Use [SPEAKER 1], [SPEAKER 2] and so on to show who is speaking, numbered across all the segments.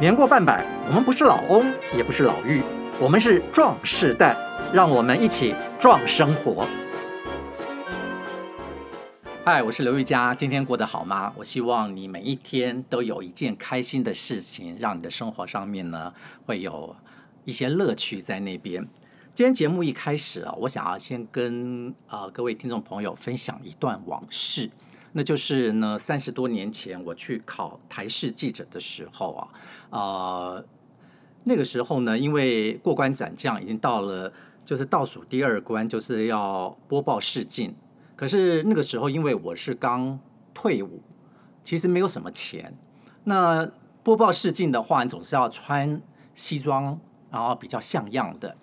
[SPEAKER 1] 年过半百，我们不是老翁，也不是老妪，我们是壮世代，让我们一起壮生活。嗨，我是刘玉佳，今天过得好吗？我希望你每一天都有一件开心的事情，让你的生活上面呢会有一些乐趣在那边。今天节目一开始啊，我想要先跟啊、呃各位听众朋友分享一段往事，那就是呢三十多年前我去考台视记者的时候啊，呃，那个时候呢，因为过关斩将已经到了，就是倒数第二关，就是要播报试镜。可是那个时候，因为我是刚退伍，其实没有什么钱。那播报试镜的话，你总是要穿西装，然后比较像样的。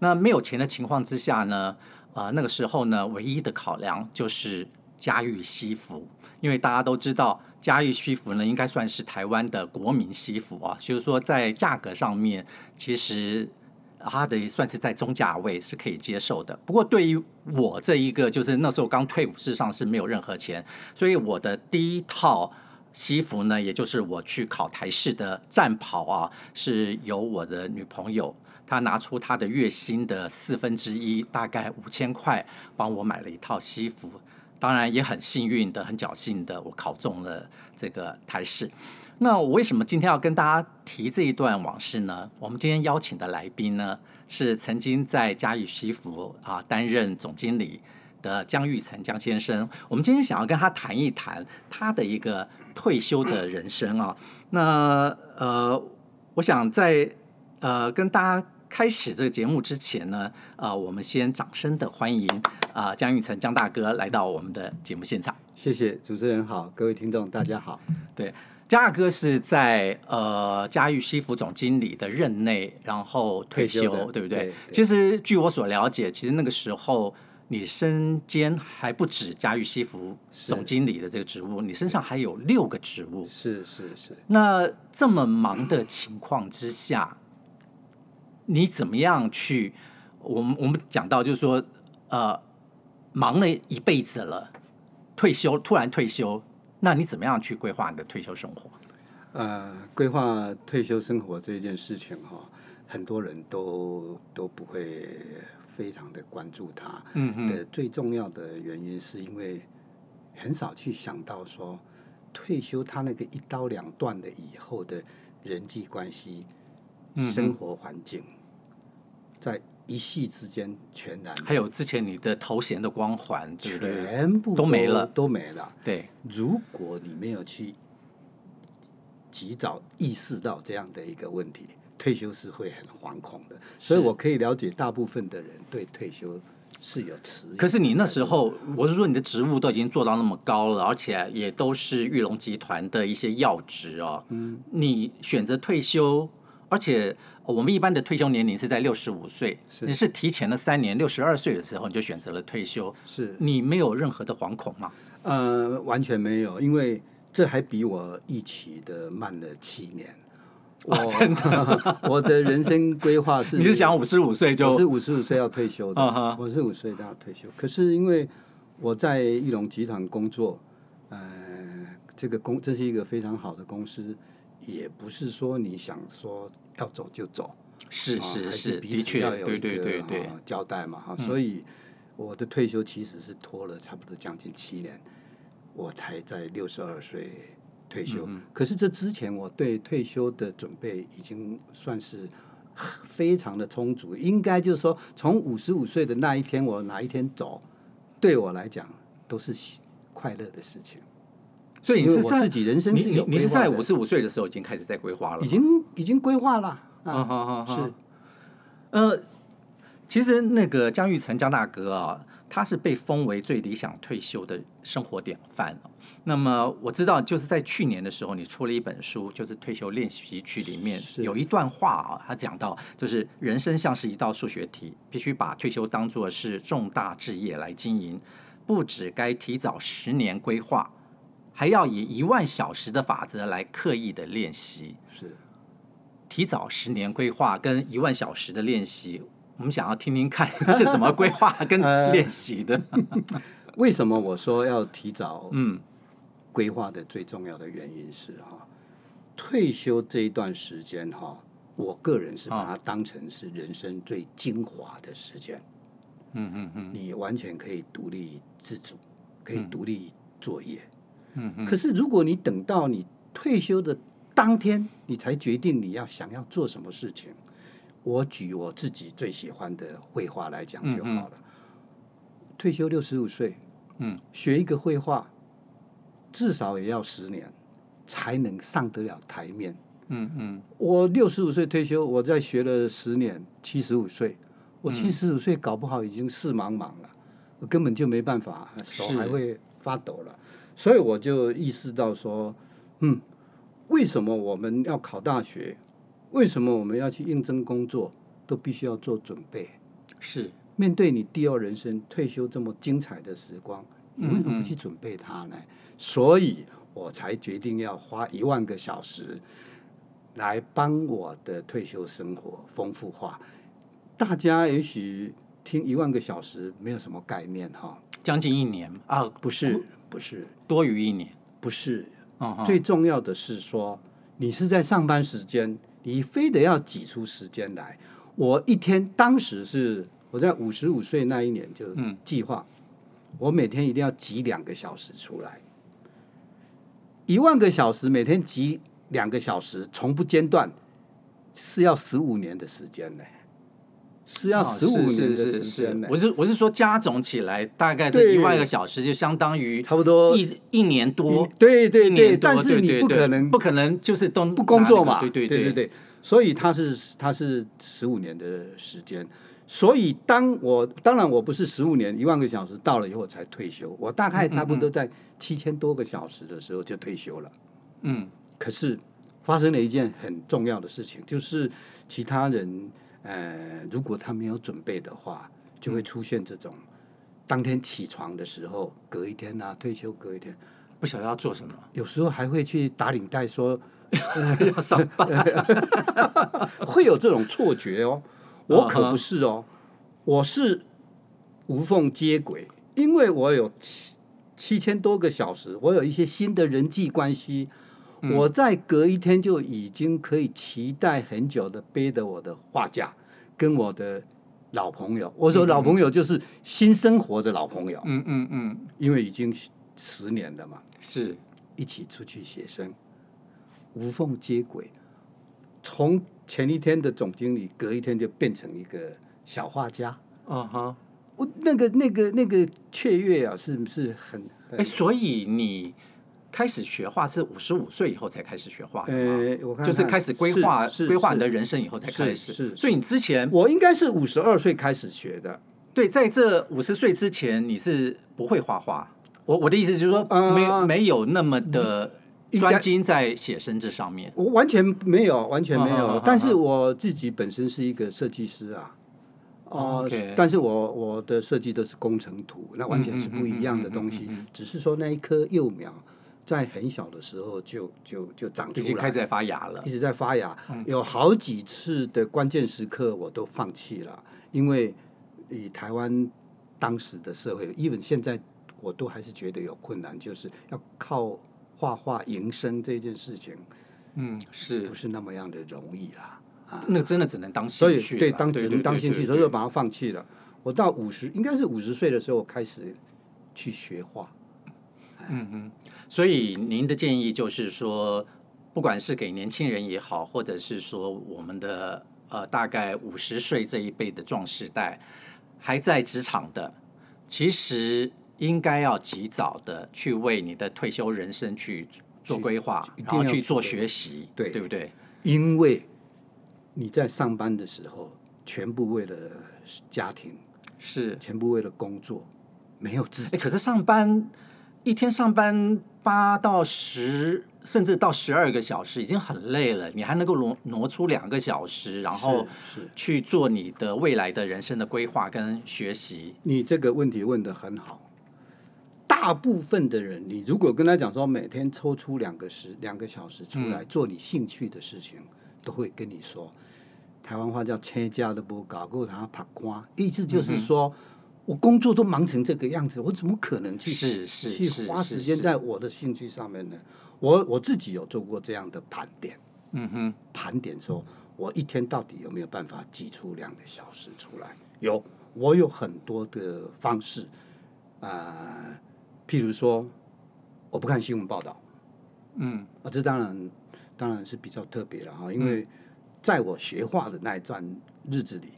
[SPEAKER 1] 那没有钱的情况之下呢，呃，那个时候呢，唯一的考量就是家喻西服，因为大家都知道家喻西服呢，应该算是台湾的国民西服啊，就是说在价格上面，其实呃它的算是在中价位是可以接受的。不过对于我这一个，就是那时候刚退伍，事实上是没有任何钱，所以我的第一套。西服呢，也就是我去考台式的战袍啊，是由我的女朋友她拿出她的月薪的四分之一，大概五千块，帮我买了一套西服。当然也很幸运的，很侥幸的，我考中了这个台式。那我为什么今天要跟大家提这一段往事呢？我们今天邀请的来宾呢，是曾经在嘉裕西服啊担任总经理的江玉成江先生。我们今天想要跟他谈一谈他的一个退休的人生啊。那呃，我想在呃跟大家开始这个节目之前呢，呃，我们先掌声的欢迎啊、江玉成江大哥来到我们的节目现场。
[SPEAKER 2] 谢谢主持人好，各位听众大家好。
[SPEAKER 1] 对，江大哥是在呃嘉裕西服总经理的任内，然后退休，
[SPEAKER 2] 退休的
[SPEAKER 1] 对不对？
[SPEAKER 2] 对对
[SPEAKER 1] 其实据我所了解，其实那个时候你身兼还不止嘉裕西服总经理的这个职务，你身上还有六个职务。
[SPEAKER 2] 是是是，
[SPEAKER 1] 那这么忙的情况之下，你怎么样去？我们我们讲到就是说，呃，忙了一辈子了，退休突然退休，那你怎么样去规划你的退休生活？
[SPEAKER 2] 呃，规划退休生活这一件事情哈、很多人都都不会非常的关注它。
[SPEAKER 1] 嗯
[SPEAKER 2] 的最重要的原因是因为很少去想到说退休他那个一刀两断了以后的人际关系、
[SPEAKER 1] 嗯哼
[SPEAKER 2] 生活环境，在一夕之间全然
[SPEAKER 1] 还有之前你的头衔的光环，对不对？
[SPEAKER 2] 全部
[SPEAKER 1] 都没了
[SPEAKER 2] 都没了。
[SPEAKER 1] 对，
[SPEAKER 2] 如果你没有去及早意识到这样的一个问题，退休是会很惶恐的。
[SPEAKER 1] 是
[SPEAKER 2] 所以我可以了解大部分的人对退休是有迟疑。
[SPEAKER 1] 可是你那时候，我是说你的职务都已经做到那么高了，而且也都是玉龙集团的一些要职哦。嗯，你选择退休，而且呃我们一般的退休年龄是在六十五岁，
[SPEAKER 2] 是
[SPEAKER 1] 你是提前了三年，六十二岁的时候你就选择了退休，
[SPEAKER 2] 是
[SPEAKER 1] 你没有任何的惶恐吗？
[SPEAKER 2] 呃，完全没有，因为这还比我预期的慢了七 年。我、哦真的， 我的人生规划是
[SPEAKER 1] 你是想五十五岁
[SPEAKER 2] 我是
[SPEAKER 1] 就
[SPEAKER 2] 五十五岁要退休的
[SPEAKER 1] 嗯哼
[SPEAKER 2] 我是五十岁要退休。可是因为我在裕隆集团工作，呃，这个公这是一个非常好的公司，也不是说你想说要走就走，
[SPEAKER 1] 是
[SPEAKER 2] 啊
[SPEAKER 1] 是
[SPEAKER 2] 还
[SPEAKER 1] 是，
[SPEAKER 2] 彼
[SPEAKER 1] 的
[SPEAKER 2] 此
[SPEAKER 1] 确
[SPEAKER 2] 要，有
[SPEAKER 1] 对
[SPEAKER 2] 一
[SPEAKER 1] 对
[SPEAKER 2] 个
[SPEAKER 1] 对对嗯
[SPEAKER 2] 啊，交代嘛哈、所以我的退休其实是拖了差不多将近七年，我才在六十二岁退休、
[SPEAKER 1] 嗯
[SPEAKER 2] 可是这之前我对退休的准备已经算是。非常的充足，应该就是说，从五十五岁的那一天，我哪一天走，对我来讲都是喜快乐的事情。
[SPEAKER 1] 所以你
[SPEAKER 2] 因
[SPEAKER 1] 是
[SPEAKER 2] 为我
[SPEAKER 1] 在
[SPEAKER 2] 自己人生
[SPEAKER 1] 你
[SPEAKER 2] 是
[SPEAKER 1] 你
[SPEAKER 2] 有
[SPEAKER 1] 你是
[SPEAKER 2] 规划
[SPEAKER 1] 在
[SPEAKER 2] 的
[SPEAKER 1] 五十五岁的时候已经开始在规划了
[SPEAKER 2] 已
[SPEAKER 1] 吗，
[SPEAKER 2] 经已经规划了
[SPEAKER 1] 啊
[SPEAKER 2] 啊，
[SPEAKER 1] 哈哈，
[SPEAKER 2] 是
[SPEAKER 1] 呃，其实那个江玉成江大哥啊，他是被封为最理想退休的生活典范哦、那么我知道，就是在去年的时候，你出了一本书，就是《退休练习曲》里面
[SPEAKER 2] 是
[SPEAKER 1] 有一段话啊，他讲到，就是人生像是一道数学题，必须把退休当作是重大置业来经营，不只该提早十年规划，还要以一万小时的法则来刻意的练习。
[SPEAKER 2] 是。
[SPEAKER 1] 提早十年规划跟一万小时的练习，我们想要听听看 是怎么规划跟
[SPEAKER 2] 呃
[SPEAKER 1] 练习的。
[SPEAKER 2] 为什么我说要提早
[SPEAKER 1] 嗯，
[SPEAKER 2] 规划的最重要的原因是哈，退休这一段时间哈、我个人是把
[SPEAKER 1] 哦
[SPEAKER 2] 它当成是人生最精华的时间。
[SPEAKER 1] 嗯嗯嗯
[SPEAKER 2] 你完全可以独立自主，可以独立作业。
[SPEAKER 1] 嗯嗯，
[SPEAKER 2] 可是如果你等到你退休的当天，你才决定你要想要做什么事情，我举我自己最喜欢的绘画来讲就好了。退休六十五岁，
[SPEAKER 1] 嗯，
[SPEAKER 2] 学一个绘画，至少也要十年才能上得了台面。
[SPEAKER 1] 嗯嗯
[SPEAKER 2] 我六十五岁退休，我在学了十年，七十五岁，我七十五岁搞不好已经视茫茫了，我根本就没办法，手
[SPEAKER 1] 是
[SPEAKER 2] 还会发抖了。所以我就意识到说，嗯，为什么我们要考大学？为什么我们要去应征工作？都必须要做准备。
[SPEAKER 1] 是
[SPEAKER 2] 面对你第二人生退休这么精彩的时光，你为什么不去准备它呢？所以我才决定要花一万个小时来帮我的退休生活丰富化。大家也许听一万个小时没有什么概念哈，
[SPEAKER 1] 将近一年啊，
[SPEAKER 2] 不是不是
[SPEAKER 1] 多于一年。
[SPEAKER 2] 不是，
[SPEAKER 1] 嗯哼，
[SPEAKER 2] 最重要的是说，你是在上班时间，你非得要挤出时间来。我一天当时是我在五十五岁那一年就
[SPEAKER 1] 嗯
[SPEAKER 2] 计划，我每天一定要挤两个小时出来，一万个小时每天挤两个小时，从不间断，是要十五年的时间呢、是要
[SPEAKER 1] 哦
[SPEAKER 2] 十五
[SPEAKER 1] 是
[SPEAKER 2] 年的
[SPEAKER 1] 是
[SPEAKER 2] 时
[SPEAKER 1] 是
[SPEAKER 2] 间呢、
[SPEAKER 1] 哦是，我是我是说加总起来大概这
[SPEAKER 2] 对
[SPEAKER 1] 一万个小时，就相当于
[SPEAKER 2] 差不多
[SPEAKER 1] 一一年多
[SPEAKER 2] 嗯。对对
[SPEAKER 1] 一
[SPEAKER 2] 对，
[SPEAKER 1] 年多
[SPEAKER 2] 但是
[SPEAKER 1] 对
[SPEAKER 2] 你
[SPEAKER 1] 对
[SPEAKER 2] 不
[SPEAKER 1] 对
[SPEAKER 2] 可能
[SPEAKER 1] 不可能就是都
[SPEAKER 2] 不工作嘛，
[SPEAKER 1] 拿那个对
[SPEAKER 2] 对
[SPEAKER 1] 对
[SPEAKER 2] 对，所以他是他是十五年的时间，所以当我当然我不是十五年一万个小时到了以后才退休，我大概差不多在七千多个小时的时候就退休了。
[SPEAKER 1] 嗯
[SPEAKER 2] 可是发生了一件很重要的事情，就是其他人呃，如果他没有准备的话，就会出现这种当天起床的时候，隔一天啊，退休隔一天，
[SPEAKER 1] 不晓得要做什么，
[SPEAKER 2] 有时候还会去打领带说。
[SPEAKER 1] 要上班。
[SPEAKER 2] 会有这种错觉哦。我可
[SPEAKER 1] 啊哈
[SPEAKER 2] 不是哦，我是无缝接轨，因为我有七七千多个小时，我有一些新的人际关系，我在隔一天就已经可以期待很久的背着我的画架，跟我的老朋友，我说老朋友就是新生活的老朋友，
[SPEAKER 1] 嗯嗯嗯，
[SPEAKER 2] 因为已经十年了嘛，
[SPEAKER 1] 是
[SPEAKER 2] 一起出去写生，无缝接轨，从前一天的总经理，隔一天就变成一个小画家。
[SPEAKER 1] 嗯哼。
[SPEAKER 2] 我那个、那个、那个雀跃啊，是不是很？
[SPEAKER 1] 哎、
[SPEAKER 2] 很
[SPEAKER 1] 所以你开始学画是五十五岁以后才开始学画的吗？
[SPEAKER 2] 呃，我看看
[SPEAKER 1] 就是开始规划
[SPEAKER 2] 是是
[SPEAKER 1] 规划你的
[SPEAKER 2] 是
[SPEAKER 1] 人生以后才开始。
[SPEAKER 2] 是是是
[SPEAKER 1] 所以你之前
[SPEAKER 2] 我应该是五十二岁开始学的，
[SPEAKER 1] 对在这五十岁之前你是不会画画。我我的意思就是说，
[SPEAKER 2] 呃
[SPEAKER 1] 没、没有那么的
[SPEAKER 2] 应该
[SPEAKER 1] 专精在写生这上面。
[SPEAKER 2] 我完全没有，完全没
[SPEAKER 1] 啊啊啊
[SPEAKER 2] 有
[SPEAKER 1] 啊。
[SPEAKER 2] 但是我自己本身是一个设计师啊，哦
[SPEAKER 1] OK，
[SPEAKER 2] 但是我我的设计都是工程图，那完全是不一样的东
[SPEAKER 1] 嗯嗯
[SPEAKER 2] 西
[SPEAKER 1] 嗯嗯嗯嗯。
[SPEAKER 2] 只是说那一棵幼苗在很小的时候就就就长
[SPEAKER 1] 已经
[SPEAKER 2] 出
[SPEAKER 1] 开
[SPEAKER 2] 来
[SPEAKER 1] 始，在发芽了
[SPEAKER 2] 一，直在发芽。有好几次的关键时刻我都放弃了，因为以台湾当时的社会，even 现在我都还是觉得有困难，就是要靠画画营生这件事情。
[SPEAKER 1] 嗯，是
[SPEAKER 2] 不是那么样的容易啦。
[SPEAKER 1] 那个真的只能当
[SPEAKER 2] 所
[SPEAKER 1] 兴
[SPEAKER 2] 以
[SPEAKER 1] 趣啦，
[SPEAKER 2] 对当只能当兴趣，所以就
[SPEAKER 1] 吧？
[SPEAKER 2] 把它放弃了。我到五十，应该是五十岁的时候，我开始去学画。
[SPEAKER 1] 所以您的建议就是说，不管是给年轻人也好，或者是说我们的呃大概五十岁这一辈的壮世代还在职场的，其实应该要及早的去为你的退休人生去做规划，
[SPEAKER 2] 一定
[SPEAKER 1] 然后
[SPEAKER 2] 要
[SPEAKER 1] 去
[SPEAKER 2] 做
[SPEAKER 1] 做
[SPEAKER 2] 规划
[SPEAKER 1] 学习，
[SPEAKER 2] 对
[SPEAKER 1] 对不对？
[SPEAKER 2] 因为你在上班的时候，全部为了家庭，
[SPEAKER 1] 是，
[SPEAKER 2] 全部为了工作，没有自
[SPEAKER 1] 哎，
[SPEAKER 2] 己。
[SPEAKER 1] 可是上班一天上班八到十，甚至到十二个小时，已经很累了，你还能够挪挪出两个小时，然后
[SPEAKER 2] 是是
[SPEAKER 1] 去做你的未来的人生的规划跟学习。
[SPEAKER 2] 你这个问题问得很好。大部分的人，你如果跟他讲说每天抽出两个时两个小时出
[SPEAKER 1] 嗯
[SPEAKER 2] 来做你兴趣的事情，都会跟你说，台湾话叫“切家都不搞过他爬瓜”，意思
[SPEAKER 1] 嗯
[SPEAKER 2] 就是说、我工作都忙成这个样子，我怎么可能去
[SPEAKER 1] 是是
[SPEAKER 2] 去
[SPEAKER 1] 是
[SPEAKER 2] 花
[SPEAKER 1] 是
[SPEAKER 2] 时间
[SPEAKER 1] 是
[SPEAKER 2] 在我的兴趣上面呢？我我自己有做过这样的盘点，
[SPEAKER 1] 嗯哼，
[SPEAKER 2] 盘点说我一天到底有没有办法挤出两个小时出来？有，我有很多的方式，啊、譬如说我不看新闻报道，
[SPEAKER 1] 嗯
[SPEAKER 2] 啊，这当然当然是比较特别了哈，因为在我学画的那一段日子里，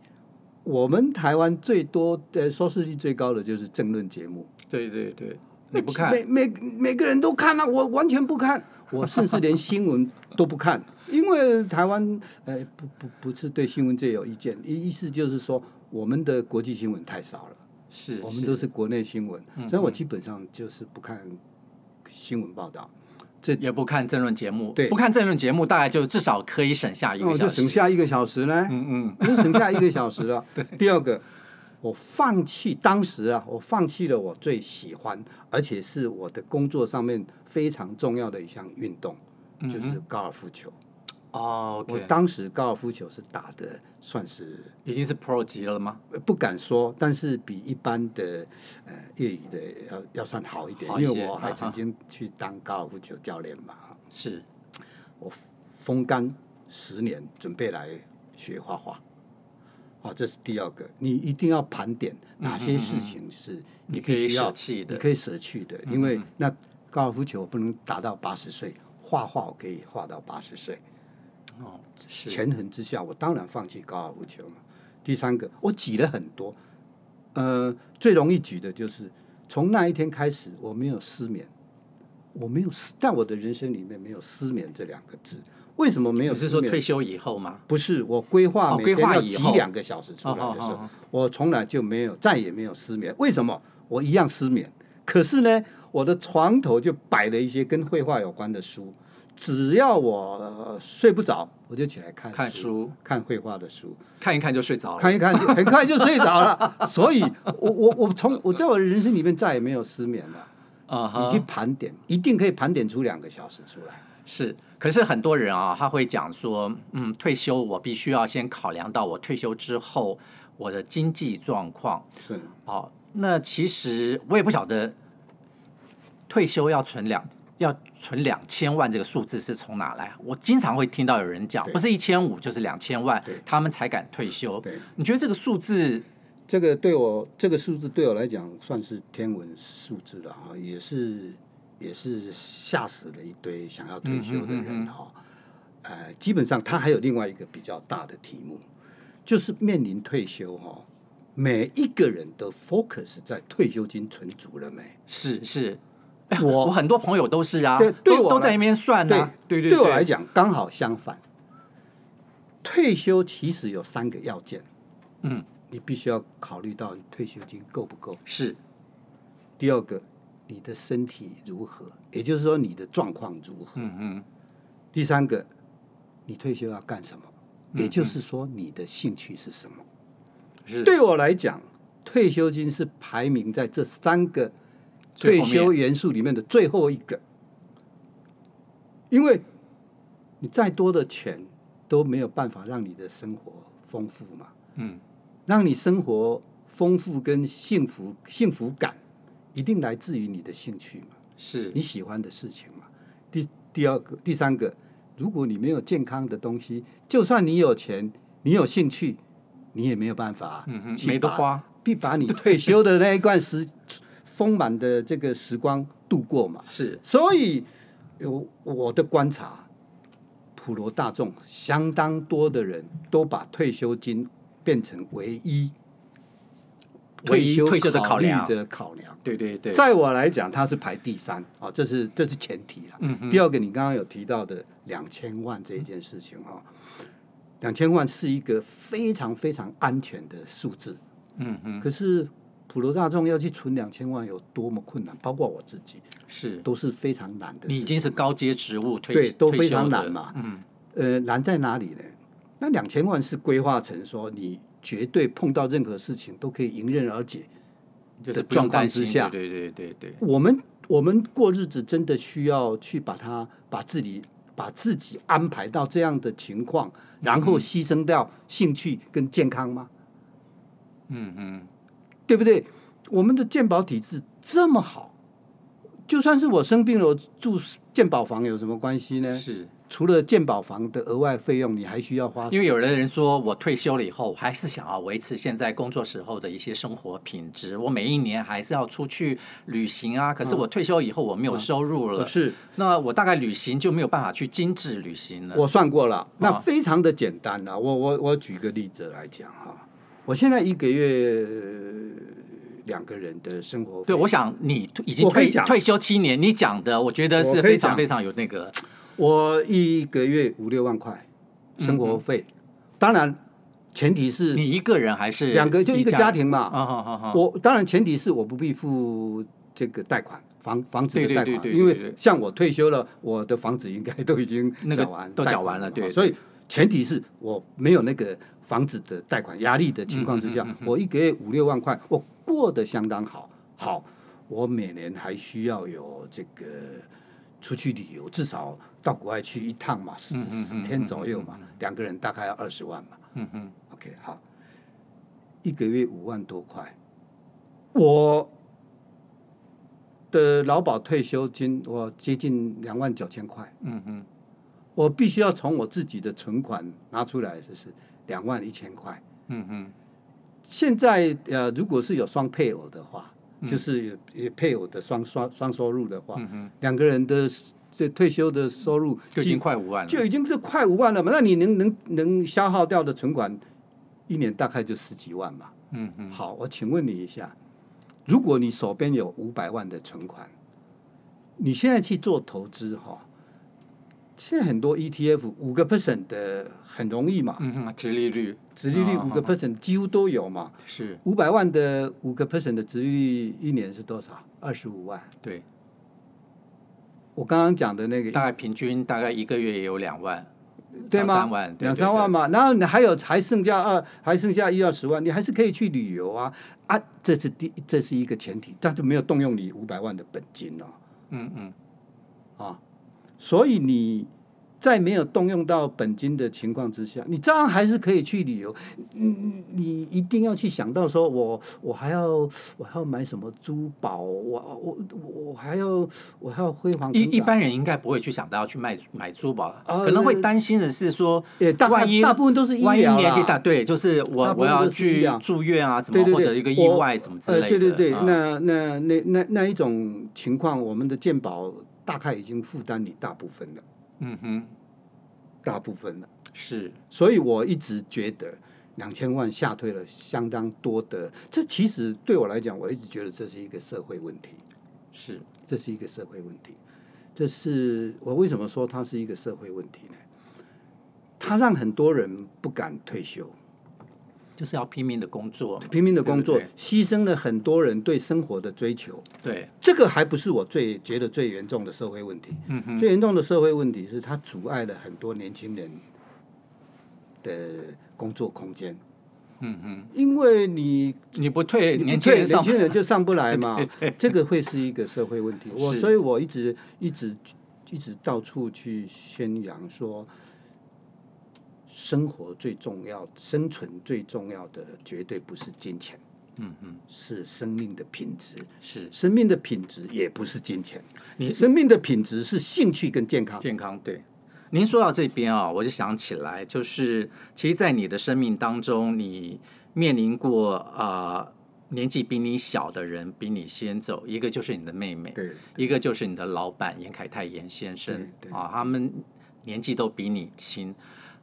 [SPEAKER 2] 我们台湾最多的收视率最高的就是政论节目，
[SPEAKER 1] 对对对，你不看，
[SPEAKER 2] 每每每个人都看啊，我完全不看，我甚至连新闻都不看， 因为台湾呃不不不是对新闻界有意见，意意思就是说我们的国际新闻太少了。
[SPEAKER 1] 是嗯
[SPEAKER 2] 我们都是国内新闻，所以我基本上就是不看新闻报道，
[SPEAKER 1] 也不看政论节目，
[SPEAKER 2] 对
[SPEAKER 1] 不看政论节目，大概就至少可以省下啊一
[SPEAKER 2] 那我
[SPEAKER 1] 个
[SPEAKER 2] 就
[SPEAKER 1] 小
[SPEAKER 2] 省
[SPEAKER 1] 时。
[SPEAKER 2] 下一个小时呢，
[SPEAKER 1] 嗯
[SPEAKER 2] 我就省下一个小时 了。第二个，我放弃当时啊，我放弃了我最喜欢，而且是我的工作上面非常重要的一项运动，就是高尔夫球。
[SPEAKER 1] 嗯，哦
[SPEAKER 2] 我
[SPEAKER 1] 嗯，OK，
[SPEAKER 2] 当时高尔夫球是打的算是
[SPEAKER 1] 已经是 Pro 级了吗？
[SPEAKER 2] 呃不敢说，但是比一般的呃业余的要要算好一点，
[SPEAKER 1] 好一
[SPEAKER 2] 因
[SPEAKER 1] 些
[SPEAKER 2] 为我还
[SPEAKER 1] 啊哈
[SPEAKER 2] 曾经去当高尔夫球教练嘛。
[SPEAKER 1] 是，
[SPEAKER 2] 我风干十年，准备来学画画。好，这是第二个，你一定要盘点哪些事情是
[SPEAKER 1] 嗯你可
[SPEAKER 2] 必
[SPEAKER 1] 以
[SPEAKER 2] 须要
[SPEAKER 1] 舍弃的嗯
[SPEAKER 2] 你可以舍去的，因为那高尔夫球我不能打到八十岁，画画我可以画到八十岁。
[SPEAKER 1] 哦，是，
[SPEAKER 2] 权衡之下，我当然放弃高尔夫球嘛。第三个，我挤了很多，呃，最容易举的就是从那一天开始，我没有失眠，我没有失，在我的人生里面没有失眠这两个字。为什么没有
[SPEAKER 1] 你
[SPEAKER 2] 失
[SPEAKER 1] 是
[SPEAKER 2] 眠？
[SPEAKER 1] 说退休以后吗？
[SPEAKER 2] 不是我规划
[SPEAKER 1] 哦
[SPEAKER 2] 每天
[SPEAKER 1] 规划
[SPEAKER 2] 要
[SPEAKER 1] 以
[SPEAKER 2] 挤
[SPEAKER 1] 后
[SPEAKER 2] 两个小时出来的时候，
[SPEAKER 1] 哦哦哦
[SPEAKER 2] 我从来就没有再也没有失眠。为什么？我一样失眠，可是呢，我的床头就摆了一些跟绘画有关的书。只要我、呃睡不着，我就起来看
[SPEAKER 1] 看
[SPEAKER 2] 书、
[SPEAKER 1] 书
[SPEAKER 2] 看绘画的书，
[SPEAKER 1] 看一看就睡着了。
[SPEAKER 2] 看一看就很快就睡着了。所以我，我我从我在我的人生里面再也没有失眠了。
[SPEAKER 1] 啊
[SPEAKER 2] 你去盘点，一定可以盘点出两个小时出来。
[SPEAKER 1] 是，可是很多人啊，他会讲说，嗯，退休我必须要先考量到我退休之后我的经济状况。
[SPEAKER 2] 是，
[SPEAKER 1] 哦，那其实我也不晓得退休要存两要存两千万这个数字是从哪来。我经常会听到有人讲，
[SPEAKER 2] 对
[SPEAKER 1] 不是一千五就是两千万
[SPEAKER 2] 对，
[SPEAKER 1] 他们才敢退休。
[SPEAKER 2] 对。
[SPEAKER 1] 你觉得这个数字
[SPEAKER 2] 这个对我这个数字对我来讲算是天文数字了哈，也是也是吓死了一堆想要退休的人哈。呃，基本上他还有另外一个比较大的题目，就是面临退休哈，每一个人的 focus 在退休金存足了没？
[SPEAKER 1] 是 是？哎我我很多朋友都是啊，
[SPEAKER 2] 对对
[SPEAKER 1] 都
[SPEAKER 2] 我
[SPEAKER 1] 都
[SPEAKER 2] 来
[SPEAKER 1] 在那边算呢、
[SPEAKER 2] 对
[SPEAKER 1] 对
[SPEAKER 2] 对我来讲刚好相反。退休其实有三个要件，
[SPEAKER 1] 嗯，
[SPEAKER 2] 你必须要考虑到你退休金够不够。
[SPEAKER 1] 是
[SPEAKER 2] 第二个，你的身体如何，也就是说你的状况如何。
[SPEAKER 1] 嗯嗯
[SPEAKER 2] 第三个，你退休要干什么，也就是说你的兴趣是什么。
[SPEAKER 1] 是
[SPEAKER 2] 对我来讲，退休金是排名在这三个
[SPEAKER 1] 最
[SPEAKER 2] 退
[SPEAKER 1] 后面
[SPEAKER 2] 休元素里面的最后一个，因为你再多的钱都没有办法让你的生活丰富嘛。
[SPEAKER 1] 嗯
[SPEAKER 2] 让你生活丰富跟幸福幸福感，一定来自于你的兴趣嘛，
[SPEAKER 1] 是
[SPEAKER 2] 你喜欢的事情嘛。第第二个、第三个，如果你没有健康的东西，就算你有钱，你有兴趣，你也没有办法，
[SPEAKER 1] 嗯哼没得，花
[SPEAKER 2] 必把你退休的那一段时丰满的这个时光度过嘛。
[SPEAKER 1] 是
[SPEAKER 2] 所以，有我的观察，普罗大众相当多的人都把退休金变成唯一
[SPEAKER 1] 唯一退休的
[SPEAKER 2] 考
[SPEAKER 1] 考
[SPEAKER 2] 虑
[SPEAKER 1] 量
[SPEAKER 2] 的考量。
[SPEAKER 1] 对对对
[SPEAKER 2] 在我来讲，它是排第三哦，这是这是前提啦。
[SPEAKER 1] 嗯
[SPEAKER 2] 第二个，你刚刚有提到的两千万这一件事情哦，两千万是一个非常非常安全的数字。
[SPEAKER 1] 嗯嗯
[SPEAKER 2] 可是普罗大众要去存两千万有多么困难，包括我自己
[SPEAKER 1] 是
[SPEAKER 2] 都是非常难的事情。
[SPEAKER 1] 你已经是高阶职务退
[SPEAKER 2] 对都
[SPEAKER 1] 退
[SPEAKER 2] 非
[SPEAKER 1] 休
[SPEAKER 2] 常
[SPEAKER 1] 的
[SPEAKER 2] 难嘛
[SPEAKER 1] 嗯
[SPEAKER 2] 呃，难在哪里呢？那两千万是规划成说你绝对碰到任何事情都可以迎刃而解。
[SPEAKER 1] 就是
[SPEAKER 2] 的
[SPEAKER 1] 不用
[SPEAKER 2] 状况
[SPEAKER 1] 担心
[SPEAKER 2] 之下
[SPEAKER 1] 对对对对对
[SPEAKER 2] 我们我们过日子真的需要去把它把自己把自己安排到这样的情况，然后牺牲掉兴趣跟健康吗？
[SPEAKER 1] 嗯嗯，
[SPEAKER 2] 对不对？我们的健保体制这么好，就算是我生病了，我住健保房有什么关系呢？
[SPEAKER 1] 是
[SPEAKER 2] 除了健保房的额外费用，你还需要花什
[SPEAKER 1] 因
[SPEAKER 2] 么？
[SPEAKER 1] 为有的人说我退休了以后，我还是想要维持现在工作时候的一些生活品质，我每一年还是要出去旅行啊。可是我退休以后我没有收入了，
[SPEAKER 2] 嗯是
[SPEAKER 1] 那我大概旅行就没有办法去精致旅行了。
[SPEAKER 2] 我算过了，那非常的简单了。我我我举个例子来讲哈，我现在一个月呃两个人的生活费，
[SPEAKER 1] 对，我想你已经
[SPEAKER 2] 我可以
[SPEAKER 1] 退
[SPEAKER 2] 讲
[SPEAKER 1] 退休七年，你讲的我觉得
[SPEAKER 2] 我可
[SPEAKER 1] 是
[SPEAKER 2] 以
[SPEAKER 1] 非常
[SPEAKER 2] 讲
[SPEAKER 1] 非常有那个
[SPEAKER 2] 我一个月五六万块生活费，当然前提是
[SPEAKER 1] 你一个人还是
[SPEAKER 2] 两个就一个家庭嘛。
[SPEAKER 1] 啊，好好好，
[SPEAKER 2] 我当然前提是我不必付这个贷款，房房子的
[SPEAKER 1] 对对
[SPEAKER 2] 贷款，
[SPEAKER 1] 对对对
[SPEAKER 2] 因
[SPEAKER 1] 对
[SPEAKER 2] 为像我退休了，我的房子应该都已经
[SPEAKER 1] 那个
[SPEAKER 2] 缴完，
[SPEAKER 1] 都缴完了对对
[SPEAKER 2] 所以前提是我没有那个房子的贷款压力的情况之下，
[SPEAKER 1] 嗯
[SPEAKER 2] 我一个月五六万块，我过得相当好，好，我每年还需要有这个出去旅游，至少到国外去一趟嘛，十十天左右嘛，两个人大概要二十万嘛，
[SPEAKER 1] 嗯嗯，
[SPEAKER 2] OK，好，一个月五万多块，我的劳保退休金我接近两万九千块，
[SPEAKER 1] 嗯哼，
[SPEAKER 2] 我必须要从我自己的存款拿出来，就是两万一千块。
[SPEAKER 1] 嗯哼，
[SPEAKER 2] 现在呃，如果是有双配偶的话，
[SPEAKER 1] 嗯
[SPEAKER 2] 就是有有配偶的双双双收入的话，两个人的这退休的收入
[SPEAKER 1] 就已经快五万了，嗯
[SPEAKER 2] 就已经是快五万了嘛，那你能能能消耗掉的存款，一年大概就十几万嘛。
[SPEAKER 1] 嗯哼，
[SPEAKER 2] 好，我请问你一下，如果你手边有五百万的存款，你现在去做投资哈，现在很多 ETF 五个 percent 的很容易嘛，
[SPEAKER 1] 嗯哼，直利率
[SPEAKER 2] 殖利率
[SPEAKER 1] 啊
[SPEAKER 2] 五个 percent 几乎都有嘛。
[SPEAKER 1] 是
[SPEAKER 2] 五百万的五个 percent 的殖利率一年是多少？二十五万。
[SPEAKER 1] 对，
[SPEAKER 2] 我刚刚讲的那个
[SPEAKER 1] 大概平均大概一个月也有两万，
[SPEAKER 2] 对吗？
[SPEAKER 1] 两三万对
[SPEAKER 2] 两
[SPEAKER 1] 对
[SPEAKER 2] 三万
[SPEAKER 1] 对
[SPEAKER 2] 嘛，然后你还有还剩下二，还剩下一二十万，你还是可以去旅游啊啊！这是第，这是一个前提，但是没有动用你五百万的本金哦
[SPEAKER 1] 嗯嗯，
[SPEAKER 2] 啊，所以你在没有动用到本金的情况之下，你照样还是可以去旅游。你你你一定要去想到说我，我还要我还要买什么珠宝，我我我我还要我还要辉煌
[SPEAKER 1] 一
[SPEAKER 2] 腾
[SPEAKER 1] 一
[SPEAKER 2] 达
[SPEAKER 1] 般人应该不会去想到要去卖买珠宝，啊
[SPEAKER 2] 哦
[SPEAKER 1] 可能会
[SPEAKER 2] 那
[SPEAKER 1] 担心的是说，
[SPEAKER 2] 也大
[SPEAKER 1] 万一
[SPEAKER 2] 大部分都是医疗
[SPEAKER 1] 万一
[SPEAKER 2] 啦
[SPEAKER 1] 年纪大，对，就是
[SPEAKER 2] 大
[SPEAKER 1] 我
[SPEAKER 2] 部
[SPEAKER 1] 我
[SPEAKER 2] 分
[SPEAKER 1] 要
[SPEAKER 2] 都是医
[SPEAKER 1] 去
[SPEAKER 2] 疗
[SPEAKER 1] 住院啊，什
[SPEAKER 2] 对
[SPEAKER 1] 么
[SPEAKER 2] 对
[SPEAKER 1] 或
[SPEAKER 2] 对，
[SPEAKER 1] 者一个意
[SPEAKER 2] 我
[SPEAKER 1] 外什么之类的，
[SPEAKER 2] 呃、对对对，
[SPEAKER 1] 啊
[SPEAKER 2] 那那那那那一种情况，我们的健保大概已经负担你大部分了，
[SPEAKER 1] 嗯哼，
[SPEAKER 2] 大部分了。
[SPEAKER 1] 是
[SPEAKER 2] 所以我一直觉得两千万吓退了相当多的，这其实对我来讲，我一直觉得这是一个社会问题，
[SPEAKER 1] 是，
[SPEAKER 2] 这是一个社会问题。这是我为什么说它是一个社会问题呢？它让很多人不敢退休，
[SPEAKER 1] 就是要拼命的工 作嘛，
[SPEAKER 2] 拼命的工作
[SPEAKER 1] 对不，
[SPEAKER 2] 牺牲了很多人对生活的追求。
[SPEAKER 1] 对，
[SPEAKER 2] 这个还不是我最觉得最严重的社会问题。
[SPEAKER 1] 嗯哼，
[SPEAKER 2] 最严重的社会问题是它阻碍了很多年轻人的工作空间，
[SPEAKER 1] 嗯哼，
[SPEAKER 2] 因为你
[SPEAKER 1] 你不退，
[SPEAKER 2] 你不
[SPEAKER 1] 年轻人
[SPEAKER 2] 退
[SPEAKER 1] 上
[SPEAKER 2] 年轻人就上不来嘛
[SPEAKER 1] 对对，
[SPEAKER 2] 这个会是一个社会问题。我
[SPEAKER 1] 是
[SPEAKER 2] 所以，我一直一直一直到处去宣扬说，生活最重要，生存最重要的绝对不是金钱，
[SPEAKER 1] 嗯哼，
[SPEAKER 2] 是生命的品质。
[SPEAKER 1] 是
[SPEAKER 2] 生命的品质也不是金钱，
[SPEAKER 1] 你
[SPEAKER 2] 生命的品质是兴趣跟健康。
[SPEAKER 1] 健康对。您说到这边啊、我就想起来，就是其实，在你的生命当中，你面临过啊、呃年纪比你小的人比你先走，一个就是你的妹妹，
[SPEAKER 2] 对，
[SPEAKER 1] 一个就是你的老板严凯泰严先生
[SPEAKER 2] 对对
[SPEAKER 1] 啊，他们年纪都比你轻，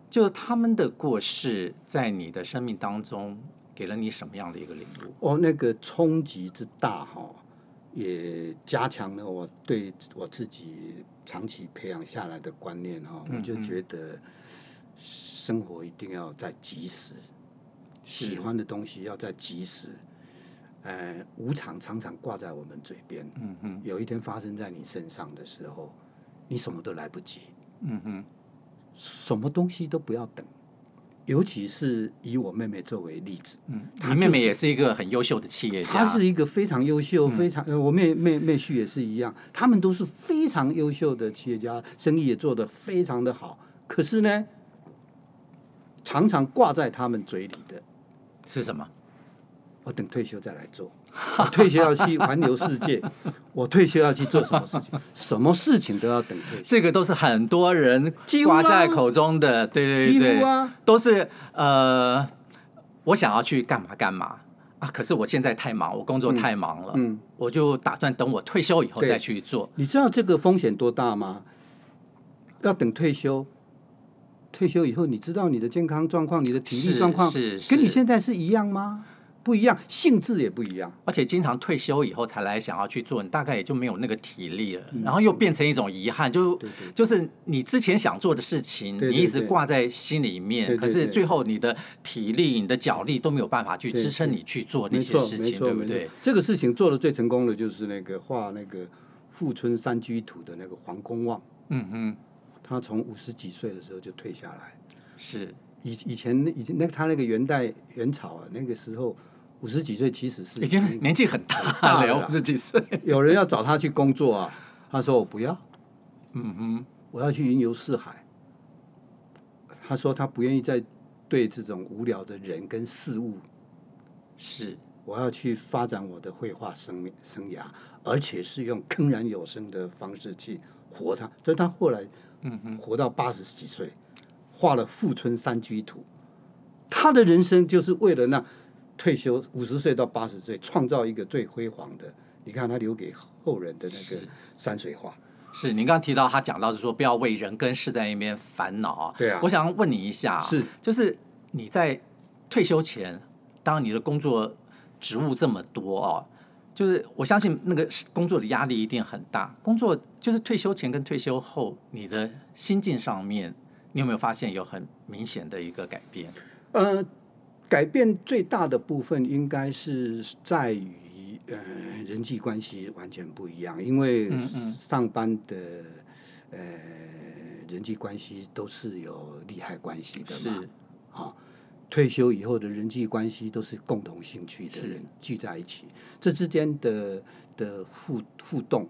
[SPEAKER 1] 就他们的过世在你的生命当中给了你什么样的一个领悟？
[SPEAKER 2] 哦，那个冲击之大哈、也加强了我对我自己长期培养下来的观念哈、我就觉得生活一定要在及时，
[SPEAKER 1] 是
[SPEAKER 2] 喜欢的东西要在及时。呃，无常常常挂在我们嘴边，
[SPEAKER 1] 嗯哼，
[SPEAKER 2] 有一天发生在你身上的时候，你什么都来不及。
[SPEAKER 1] 嗯哼，
[SPEAKER 2] 什么东西都不要等，尤其是以我妹妹作为例子，
[SPEAKER 1] 嗯，
[SPEAKER 2] 他
[SPEAKER 1] 你妹
[SPEAKER 2] 就
[SPEAKER 1] 妹也是一个很优秀的企业家，
[SPEAKER 2] 她是一个非常优秀、
[SPEAKER 1] 嗯
[SPEAKER 2] 非常呃我妹妹妹婿也是一样，他们都是非常优秀的企业家，生意也做得非常的好。可是呢，常常挂在他们嘴里的，
[SPEAKER 1] 是什么？
[SPEAKER 2] 我等退休再来做，我退休要去环游世 界，我退休要去做什么事情，什么事情都要等退休。
[SPEAKER 1] 这个都是很多人
[SPEAKER 2] 几乎
[SPEAKER 1] 挂
[SPEAKER 2] 啊
[SPEAKER 1] 在口中的，对对
[SPEAKER 2] 几乎
[SPEAKER 1] 对，
[SPEAKER 2] 啊
[SPEAKER 1] 都是呃，我想要去干嘛干嘛啊，可是我现在太忙，我工作太忙了，
[SPEAKER 2] 嗯，
[SPEAKER 1] 我就打算等我退休以后
[SPEAKER 2] 对
[SPEAKER 1] 再去做。
[SPEAKER 2] 你知道这个风险多大吗？要等退休，退休以后，你知道你的健康状况、你的体力
[SPEAKER 1] 是
[SPEAKER 2] 状况，
[SPEAKER 1] 是是
[SPEAKER 2] 跟你现在是一样吗？不一样，性质也不一样。
[SPEAKER 1] 而且经常退休以后才来想要去做，你大概也就没有那个体力了，然后又变成一种遗憾，就
[SPEAKER 2] 嗯对对
[SPEAKER 1] 就是你之前想做的事情，
[SPEAKER 2] 对对
[SPEAKER 1] 你一直
[SPEAKER 2] 对
[SPEAKER 1] 挂在心里面，
[SPEAKER 2] 对对
[SPEAKER 1] 可是
[SPEAKER 2] 对
[SPEAKER 1] 最后你的体力、你的脚力都没有办法去
[SPEAKER 2] 对
[SPEAKER 1] 支撑
[SPEAKER 2] 对
[SPEAKER 1] 哦你去做那
[SPEAKER 2] 没
[SPEAKER 1] 些
[SPEAKER 2] 错，
[SPEAKER 1] 事
[SPEAKER 2] 没
[SPEAKER 1] 情，
[SPEAKER 2] 错，
[SPEAKER 1] 对不
[SPEAKER 2] 没错
[SPEAKER 1] 对？。
[SPEAKER 2] 这个事情做的最成功的就是那个画那个富春山居图的那个黄公望，
[SPEAKER 1] 嗯嗯，
[SPEAKER 2] 他从五十几岁的时候就退下来。
[SPEAKER 1] 是
[SPEAKER 2] 以以前以前那他那个元代元朝啊，那个时候五十几岁其实是
[SPEAKER 1] 已经年纪很大
[SPEAKER 2] 嗯大
[SPEAKER 1] 了，
[SPEAKER 2] 了
[SPEAKER 1] 五十几岁。
[SPEAKER 2] 有人要找他去工作啊，他说我不要，
[SPEAKER 1] 嗯哼，
[SPEAKER 2] 我要去云游四海。他说他不愿意再对这种无聊的人跟事物，
[SPEAKER 1] 是
[SPEAKER 2] 我要去发展我的绘画生命生涯，而且是用铿然有声的方式去活它。这他后来，嗯活到八十几岁，画了《富春山居图》，他的人生就是为了那退休五十岁到八十岁，创造一个最辉煌的。你看他留给后人的那个山水画，
[SPEAKER 1] 是，您刚刚提到他讲到是说不要为人跟事在那边烦恼啊。
[SPEAKER 2] 对啊
[SPEAKER 1] 我想问你一下，
[SPEAKER 2] 是
[SPEAKER 1] 就是你在退休前，当你的工作职务这么多哦，就是我相信那个是工作的压力一定很大。工作就是退休前跟退休后，你的心境上面，你有没有发现有很明显的一个改变？
[SPEAKER 2] 呃，改变最大的部分应该是在于呃人际关系完全不一样，因为
[SPEAKER 1] 嗯嗯
[SPEAKER 2] 上班的呃人际关系都是有利害关系的嘛，
[SPEAKER 1] 是
[SPEAKER 2] 啊、退休以后的人际关系都是共同兴趣的
[SPEAKER 1] 是
[SPEAKER 2] 人聚在一起，这之间的的互互动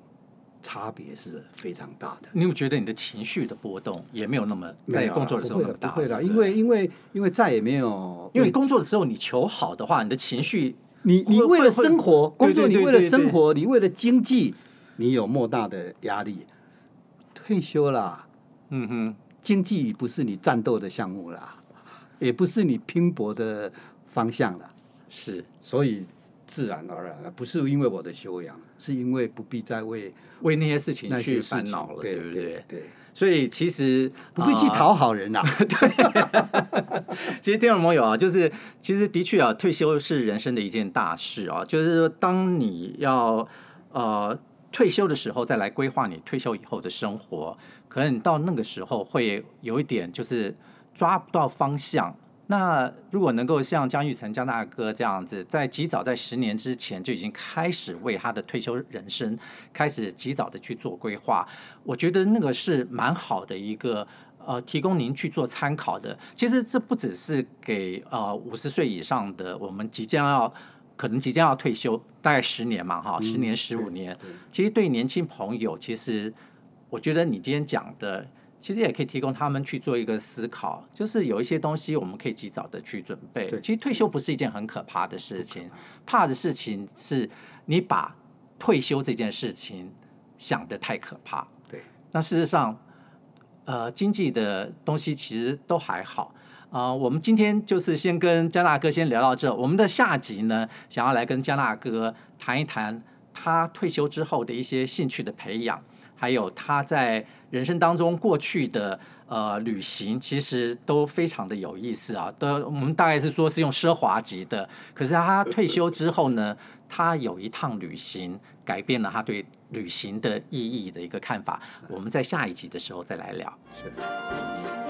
[SPEAKER 2] 差别是非常大的。
[SPEAKER 1] 你有没有觉得你的情绪的波动也没有那么
[SPEAKER 2] 没
[SPEAKER 1] 在
[SPEAKER 2] 有啦
[SPEAKER 1] 工作的时候
[SPEAKER 2] 不
[SPEAKER 1] 那
[SPEAKER 2] 会
[SPEAKER 1] 么
[SPEAKER 2] 啦
[SPEAKER 1] 大？
[SPEAKER 2] 不会啦，
[SPEAKER 1] 对不
[SPEAKER 2] 因
[SPEAKER 1] 对
[SPEAKER 2] 为因为因为再也没有
[SPEAKER 1] 因为工作的时候你求好的话，你的情绪
[SPEAKER 2] 你
[SPEAKER 1] 会
[SPEAKER 2] 你为了
[SPEAKER 1] 会
[SPEAKER 2] 生活
[SPEAKER 1] 对
[SPEAKER 2] 工作，
[SPEAKER 1] 对
[SPEAKER 2] 你
[SPEAKER 1] 对
[SPEAKER 2] 为了
[SPEAKER 1] 对
[SPEAKER 2] 生
[SPEAKER 1] 对
[SPEAKER 2] 活，你为了经济，你有莫大的压力。退休啦，
[SPEAKER 1] 嗯哼，
[SPEAKER 2] 经济不是你战斗的项目啦，也不是你拼搏的方向啦，
[SPEAKER 1] 是
[SPEAKER 2] 所以自然而然了，不是因为我的修养，是因为不必再为
[SPEAKER 1] 为那些事情
[SPEAKER 2] 那
[SPEAKER 1] 去
[SPEAKER 2] 些事
[SPEAKER 1] 烦
[SPEAKER 2] 情
[SPEAKER 1] 恼了，
[SPEAKER 2] 对
[SPEAKER 1] 不啊
[SPEAKER 2] 对？对，
[SPEAKER 1] 所以其实
[SPEAKER 2] 不必去、讨好人啦。
[SPEAKER 1] 呃其实听众朋友啊，就是其实的确啊，退休是人生的一件大事啊，就是说当你要呃退休的时候，再来规划你退休以后的生活，可能你到那个时候会有一点就是抓不到方向。那如果能够像江玉成江大哥这样子，在及早在十年之前就已经开始为他的退休人生开始及早的去做规划，我觉得那个是蛮好的一个呃，提供您去做参考的。其实这不只是给呃五十岁以上的我们即将要可能即将要退休，大概十年嘛哈，十年十五年
[SPEAKER 2] 嗯对对，
[SPEAKER 1] 其实对年轻朋友，其实我觉得你今天讲的。其实也可以提供他们去做一个思考，就是有一些东西我们可以及早的去准备。
[SPEAKER 2] 对
[SPEAKER 1] 其实退休不是一件很可怕的事情，怕的事情是你把退休这件事情想得太可怕。
[SPEAKER 2] 对，
[SPEAKER 1] 那事实上，呃，经济的东西其实都还好。啊、我们今天就是先跟江大哥先聊到这。我们的下集呢，想要来跟江大哥谈一谈他退休之后的一些兴趣的培养，还有他在人生当中过去的呃旅行，其实都非常的有意思啊。都我们大概是说是用奢华级的，可是他退休之后呢，他有一趟旅行改变了他对旅行的意义的一个看法。我们在下一集的时候再来聊。
[SPEAKER 2] 是